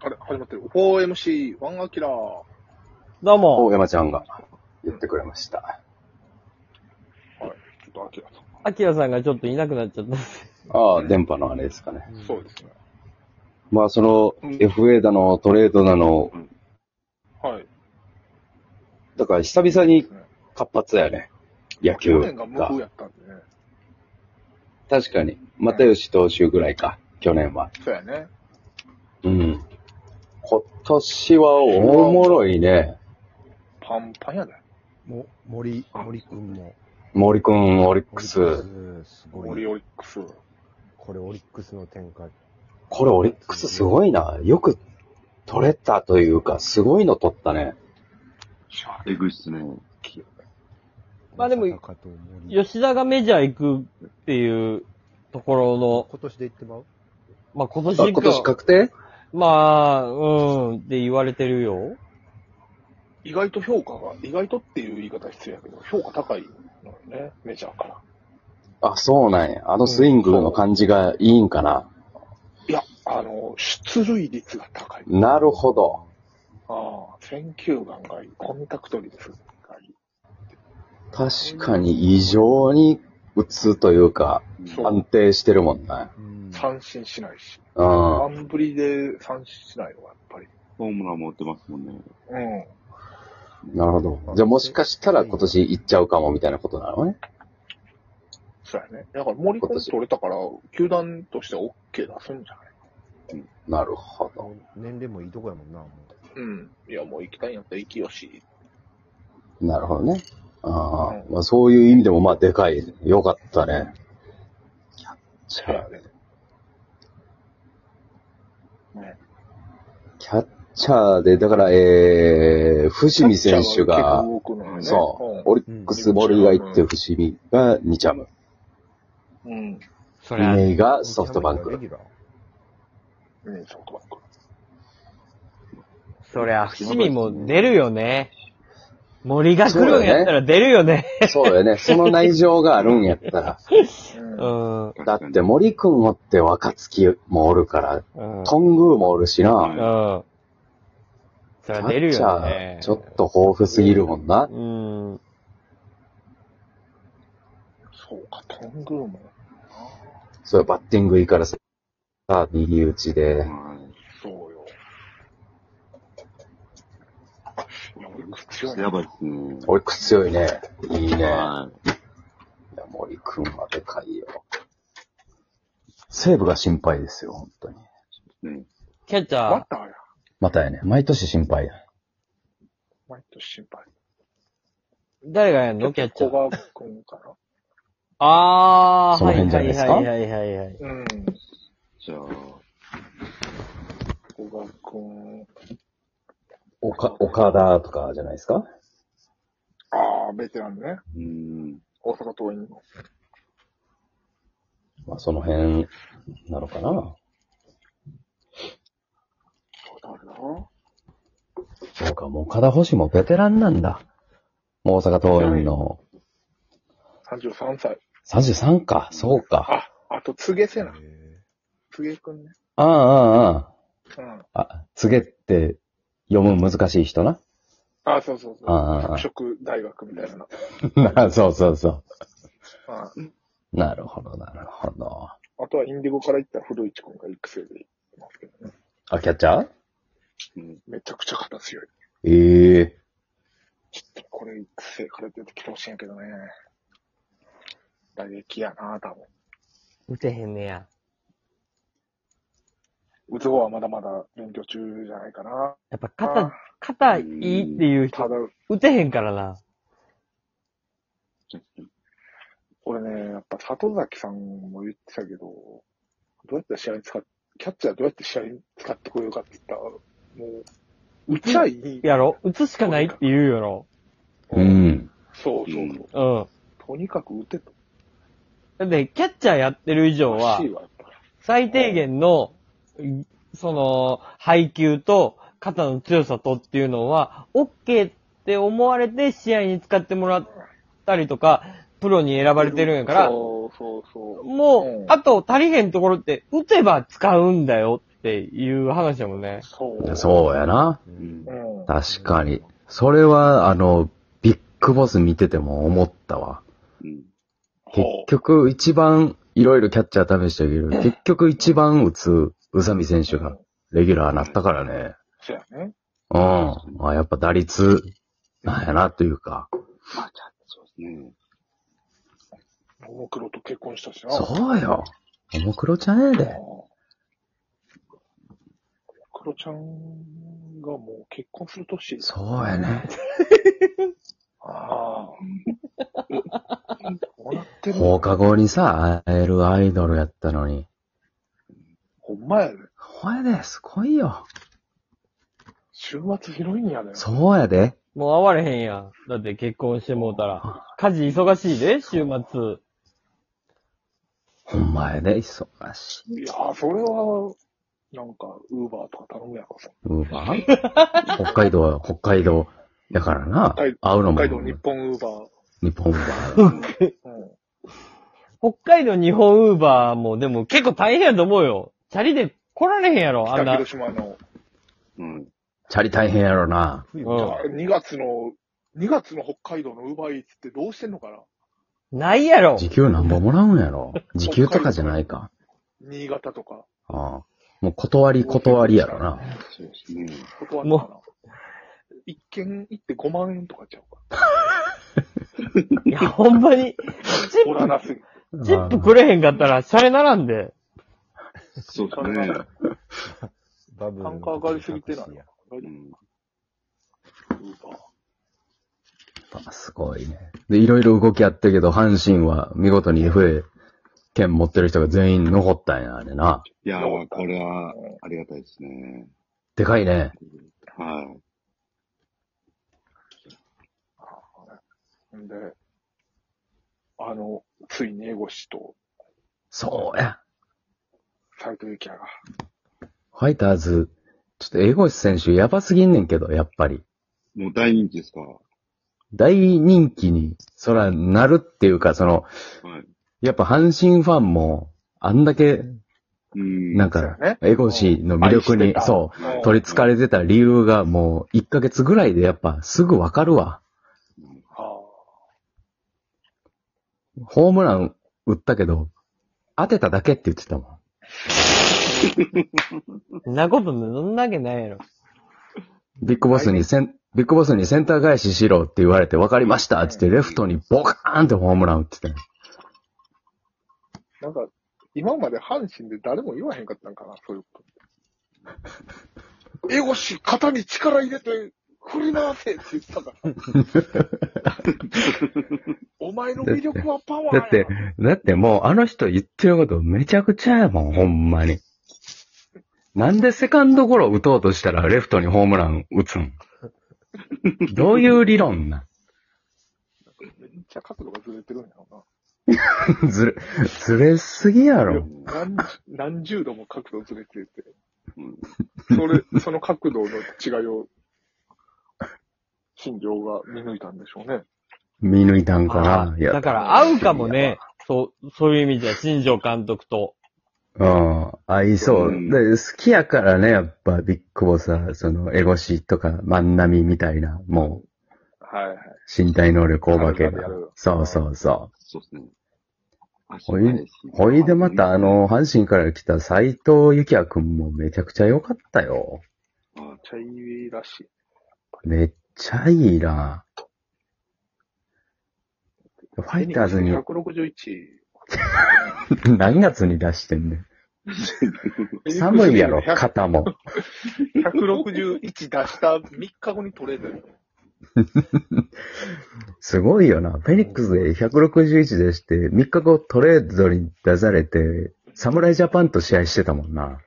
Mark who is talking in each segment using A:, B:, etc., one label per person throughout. A: 始まってる。4MC、ワンアキラー。
B: どうも、
C: 大山ちゃんが言ってくれました。
A: ちょっとアキラさ
B: アキラさんがちょっといなくなっちゃったんです。
C: ああ、電波のあれですかね。
A: ん。そうですね。
C: まあ、その
A: うん
C: FA だの、トレードだの、
A: はい。
C: だから久々に活発やね。野球
A: 去年が無
C: が
A: 風。やったんでね。
C: 確かに。又吉投手ぐらいか、去年は。
A: そうやね。
C: うん。今年はおもろいね。
A: パンパンやね。
D: も森、森くんも。
C: 森くん、オリッ
D: オ
C: ク
D: リ
C: ス。
D: ックスすご
A: オ
D: い
A: リ。オリックス。
D: これオリックスの展開。
C: これオリックスすごいな。よく取れたというか、すごいの取ったね。
E: えぐいっすね。
B: まあでも
D: 大阪と森
B: 吉田がメジャー行くっていうところの、
D: 今年で行ってまう
B: まあ今
C: あ
B: 年
C: 今年
B: か。
C: 確定
B: まあ、うん、って言われてるよ。
A: 意外と評価が、意外とっていう言い方は失礼やけど、評価高いのよね、メジャーから。
C: あ、そうなんや。あのスイングの感じがいいんかな。
A: いや、あの、出塁率が高い。
C: なるほど。
A: ああ、選球眼がいい。コンタクト率がいい。
C: 確かに異常に打つというか、
A: そう
C: 安定してるもんね。
D: うん
A: 三振しないし。
C: うん。
A: ンぶりで三振しないのがやっぱり。
E: ホームラン持ってますもんね。
A: うん。
C: なるほど。じゃあもしかしたら今年行っちゃうかもみたいなことなのね。
A: そうやね。だから森君取れたから、球団としては OK 出すんじゃない
C: なるほど。
D: 年齢もいいとこやもんな、も
A: うん。いや、もう行きたいんやったら行きよし。
C: なるほどね。ああ、まあ、そういう意味でもまあでかい。よかったね。キャッチャー。
A: ね。
C: キャッチャーで、だから、えー、伏見選手が、そう、オ
A: そ
C: リックス森が行って伏見が2チャム。
A: う。うん。
B: それは、
C: メイが
D: う。
C: ソフトバンク
D: レ。ギュラー
A: うん、ソフトバンク。
B: そりゃ、伏見も出るよね。森が来るんやったら出るよね。
C: そうだよね。その内情があるんやったら。
B: う
A: うん。
B: ん。うん。
C: だって森くんおって若月もおるから、
B: うん。
C: 頓宮もおるしな。
B: そりゃ出る
C: キ
B: よ
C: ャッチャ
B: ね
C: ー。ちょっと豊富すぎるもんな。
B: うん。
A: そうか、トングーも。
C: そうバッティングいいからさ、右打ちで。
E: は
A: そうよ。いや、オリックス強い
E: い。
A: ね
E: やばいっすね。
C: オリックス強いね。いいね。いや
E: は
C: 森くんはでかいよ。西武が心配ですよ、本当に。
E: い。ね
B: キャッチャ
A: バッ
B: ー、
A: ターや。
C: またやね。毎年心配や。
A: 毎年心配。
B: 誰がやんのキャッチャ
A: 小
B: ー。
A: 川君か
B: あー、
C: その
B: はい
C: 辺
B: は
C: じゃない
B: い
C: です
B: は
C: か
B: いはいはいはい。
A: な。うん。
E: じゃあ、
A: 小川君。
C: おか、岡田とかじゃないですか
A: ああ、ベテランね。
E: うーん。
A: 大阪桐蔭の。
C: まあ、その辺なのかな。
A: そうだろ
C: そうか、もう岡田星もベテランなんだ。もう大阪桐蔭の
A: う。33歳。
C: 33か、そうか。
A: あ、あと、つげせな。
D: へ
A: つげくんね。
C: ああ、ああ、あ
A: うん。
C: あ。あ、告げって読む難しい人な。
A: あ、そうそうそう。
C: ああ
A: 拓殖大学みたいな。
C: な そうそうそ
A: あ
C: う。なるほど、なるほど。
A: あとはインディゴから行った古市くんが育成でいますけどね。
C: あ、キャッチャー
E: うん
A: めちゃくちゃ肩強い。
C: ええ
A: ちょっとこれ育成から出てきてほしいんやけどね。打撃やな、多分。
B: 打てへんねや。
A: うつごはまだまだ勉強中じゃないかな。
B: やっぱ肩、肩いいっていう
A: た
B: 人、
A: だ、
B: 打てへんからな。
A: 俺ね、やっぱ里崎さんも言ってたけど、どうやって試合に使っ、キャッチャーどうやって試合に使ってこようかって言ったら、もう、打ちゃいい。
B: やろ打つしかないって言うよ
C: うん。
A: そうそうそう。
B: な。うん。
A: とにかく打てと。
B: だって、キャッチャーやってる以上
A: ら
B: は
A: しい、わ、やっぱ。
B: 最低限の、いその、配球と、肩の強さとっていうのは、OK って思われて試合に使ってもらったりとか、プロに選ばれてるんやから、
A: そうそうそう。
B: もう、
A: うん
B: あと足りへんところって、打てば使うんだよっっていう話やもんね。
A: そう。
C: そうやな。
D: う。
E: うんん
A: う。ん。
C: 確かに。それは、あの、ビッグボス見てても思ったわ。
E: うん。
A: ほ
C: 結
A: う
C: 局一番、いろいろキャッチャー試してあげる。結局一番打つ、宇佐美選手がレギュラーになったからね。
A: そうやね。
C: うん。まあやっぱ打率、なんやなというか。
E: まあ、キャッチャーね。
A: ももクロと結婚したしな。
C: そうよ。ももクロちゃんやで。
A: クロちゃんがもう結婚する年。
C: そうやね。
A: ああ。こうなってる。
C: 放課後にさ、会えるアイドルやったのに。
A: ほんまやで。
C: ほやで、すごいよ。
A: 週末ヒロインやで。
C: そうやで。
B: もう会われへんやん。だって結婚してもうたら。家事忙しいで、週末。
C: ほんまやで、忙しい。
A: いやー、それは、なんか、ウーバーとか頼むやんかさ。
C: ウー バー北海道は北海道。だからな、
A: 北
C: 会
A: 海
C: うのも
A: 北海道日本ウーバ
C: 日本ウーバー。
A: ー。うん。
B: 北海道日本ウーバーもでも結構大変やと思うよ。チャリで来られへんやろ、あん
A: 北
B: な
A: 広。島の、
E: うん。
C: チャリ大変やろな。
D: 冬
B: うん
A: あ2月の、2月の北海道のウーバーイーツってどうしてんのかな
B: ないやろ。
C: 時給なんぼもらうんやろ。時給とかじゃないか。
A: 新潟とか、
C: ああもう断り断りやろな。
E: そうですね。
A: 断ったかな。一軒行って5万円とかちゃうか。
B: いや、ほんまに。チ
A: お
B: ッ
A: ら
B: プ、
A: なすぎ。
B: チップくれへんかったら、シャレならんで。
E: そうですね。
D: バブルの
A: 単価上がりすぎてない。ウー
E: うん。
A: バー。
C: やっぱすごいね。で、いろいろ動きあったけど、阪神は見事に FA 権持ってる人が全員残ったんや、あれな。
E: いやー、これは、ありがたいですね。
C: でかいね。
E: はい。
A: んで、あの、ついに江越と
C: そうや。
A: 斎藤幸也が、
C: ファイターズ、ちょっと江越選手やばすぎんねんけど、やっぱり。
E: もう大人気ですか
C: 大人気に、そら、なるっていうか、その、
E: はい。
C: やっぱ阪神ファンも、あんだけ、
E: うん。
C: なん
A: そう
C: か
A: やね、
C: 江越の魅力
A: 愛して
C: に、
A: た
C: そう、
E: はい
C: 取り憑かれてた理由がもう1ヶ月ぐらいでやっぱすぐわかるわ。
A: あ
C: ホームラン打ったけど、当てただけって言ってたもん。
B: んなことね、そんなわけないやろ。
C: ビッグボスにセン、ビッグボスにセンター返ししろって言われてわかりましたってってレフトにボカーンってホームラン打ってたよ。
A: あ、なんか、今まで阪神で誰も言わへんかったんかな、そういう こと。江越、肩に力入れて、振り回せって言ってたから。 お前の魅力はパワー
C: だ
A: や
C: って、だってもうあの人言ってることめちゃくちゃやもん、ほんまに。なんでセカンドゴロ打とうとしたらレフトにホームラン打つ んどういう理論なん
A: めっちゃ角度がずれてるんやろ
C: ずれ、ずれすぎや
A: う
C: ろ。
A: な。何何十度も角度ずれてて、
E: うん
A: それ、その角度の違いを、新庄が見抜いたんでしょうね。
C: 見抜いたんか
B: あ
C: な。
B: ー
C: いや
B: だから、会うかもね。そう、そういう意味じゃ、新庄監督と。
C: うん。合いそう。
E: うん
C: で、好きやからね、やっぱ、ビッグボスは、その、エゴシとか、万波みたいな、もう、
A: はいはい。
C: 身体能力お化け
A: あ
C: が
A: るあるある。
C: そうそうそ
E: そうですね。
C: ほいう。ほいでまた、あの、阪神から来た斎藤幸也くんもめちゃくちゃ良かったよ。
A: めっ
E: あ
A: ちゃいいらしい。
C: めっちゃいいな。ファイターズに
A: 161。
C: 何月に出してんねん。寒いやろ、
A: 100
C: 肩も。
A: 161出した3日後に取れる。
C: すごいよな。フェニックスで161でして、3日後トレードに出されて、侍ジャパンと試合してたもん な。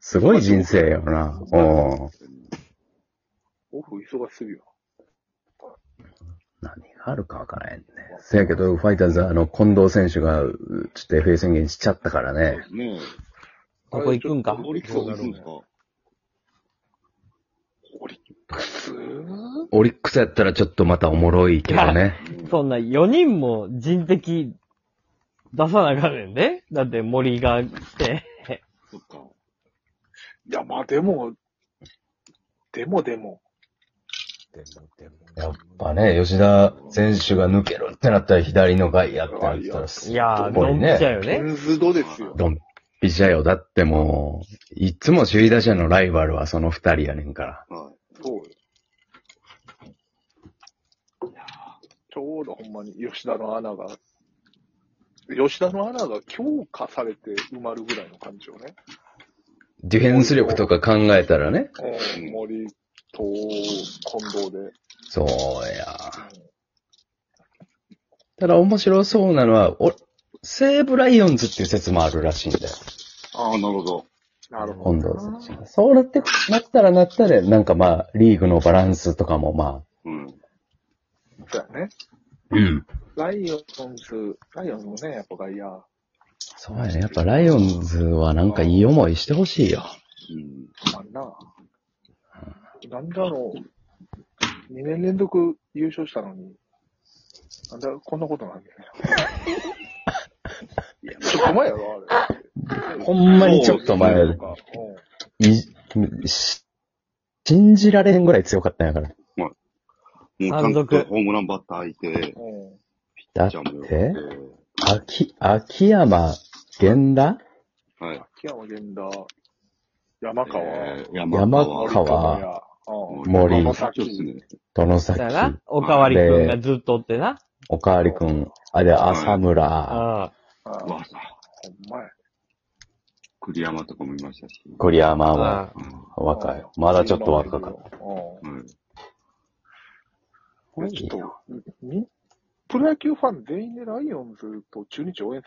C: すごい人生よな。お
A: オフ忙しすぎるよ。
C: 何があるかわからへんね。せやけど、ファイターズはあの、近藤選手が、うちょっと FA 宣言しちゃったからね。
E: ねえ。
B: ここ行くんか。
E: オリックスはどうするんですか
A: オリックス
C: オリックスやったらちょっとまたおもろいけどね。
B: そんな4人も人的出さなあかんねんで。だって森が来て、
E: そっか。
A: いや、まあでも、でもでも、
D: でも、でも。
C: やっぱ。ね、吉田選手が抜けるってなったら左の外野ってなったら
B: い
C: す
B: やー、
C: ごい
B: ドンピシャ
C: ね。
B: よ
A: ケ
B: ね。
A: ンズドですよ。
C: ドンピシャよ。だってもう、いつも首位打者のライバルはその二人やねんから。
E: はい。
A: そうよ。ちょうどほんまに吉田の穴が、吉田の穴が強化されて埋まるぐらいの感じよね。
C: ディフェンス力とか考えたらね。
A: うん森と近藤で。
C: そうや。ただ面白そうなのは、お、西武ライオンズっていう説もあるらしいんだよ。
E: ああ、なるほど。
A: なるほ
C: 近藤選手が。そうなって、なったらなったで、なんかまあ、リーグのバランスとかもま
E: うん。
A: ど。そうやね。
C: あ。うん。
A: ライオンズ、ライオンズもね、やっぱ外野。
C: そうやね。やっぱライオンズはなんかいい思いしてほしいよ。
E: うん。
A: あんな。なんであの、2年連続優勝したのに、なんでこんなことなん だよ。いや、ちょっと前やろ、あれ。
C: ほんまにちょっと前
E: そう
A: なんか、うん。
C: い、し信じられへんぐらい強かったんやから。
E: もう
B: 単独
E: ホームランバッター相手、
A: うん
C: だっ
E: ジャンプ
C: て、秋、秋山、源田
E: はい。
A: 秋山源田、山川、
E: えー
C: 山川
A: 森友哉、
C: 森
A: うん、
E: そうです
A: 崎、
E: ね。
C: 殿
B: だからな
C: 崎、、
B: おかわりくんがずっとおってな。
C: おかわりくん、あ、で、浅村、
B: あ
A: ああ、ほん
E: わさ、
A: まや。
E: 栗山とかもいましたし。
C: 栗山
B: あ。
C: は
B: あ
C: 若い。まだちょっと若かっ
A: った。こ
E: うん。
A: れちょっと、み、プロ野球ファン全員でライオンズと中日応援せ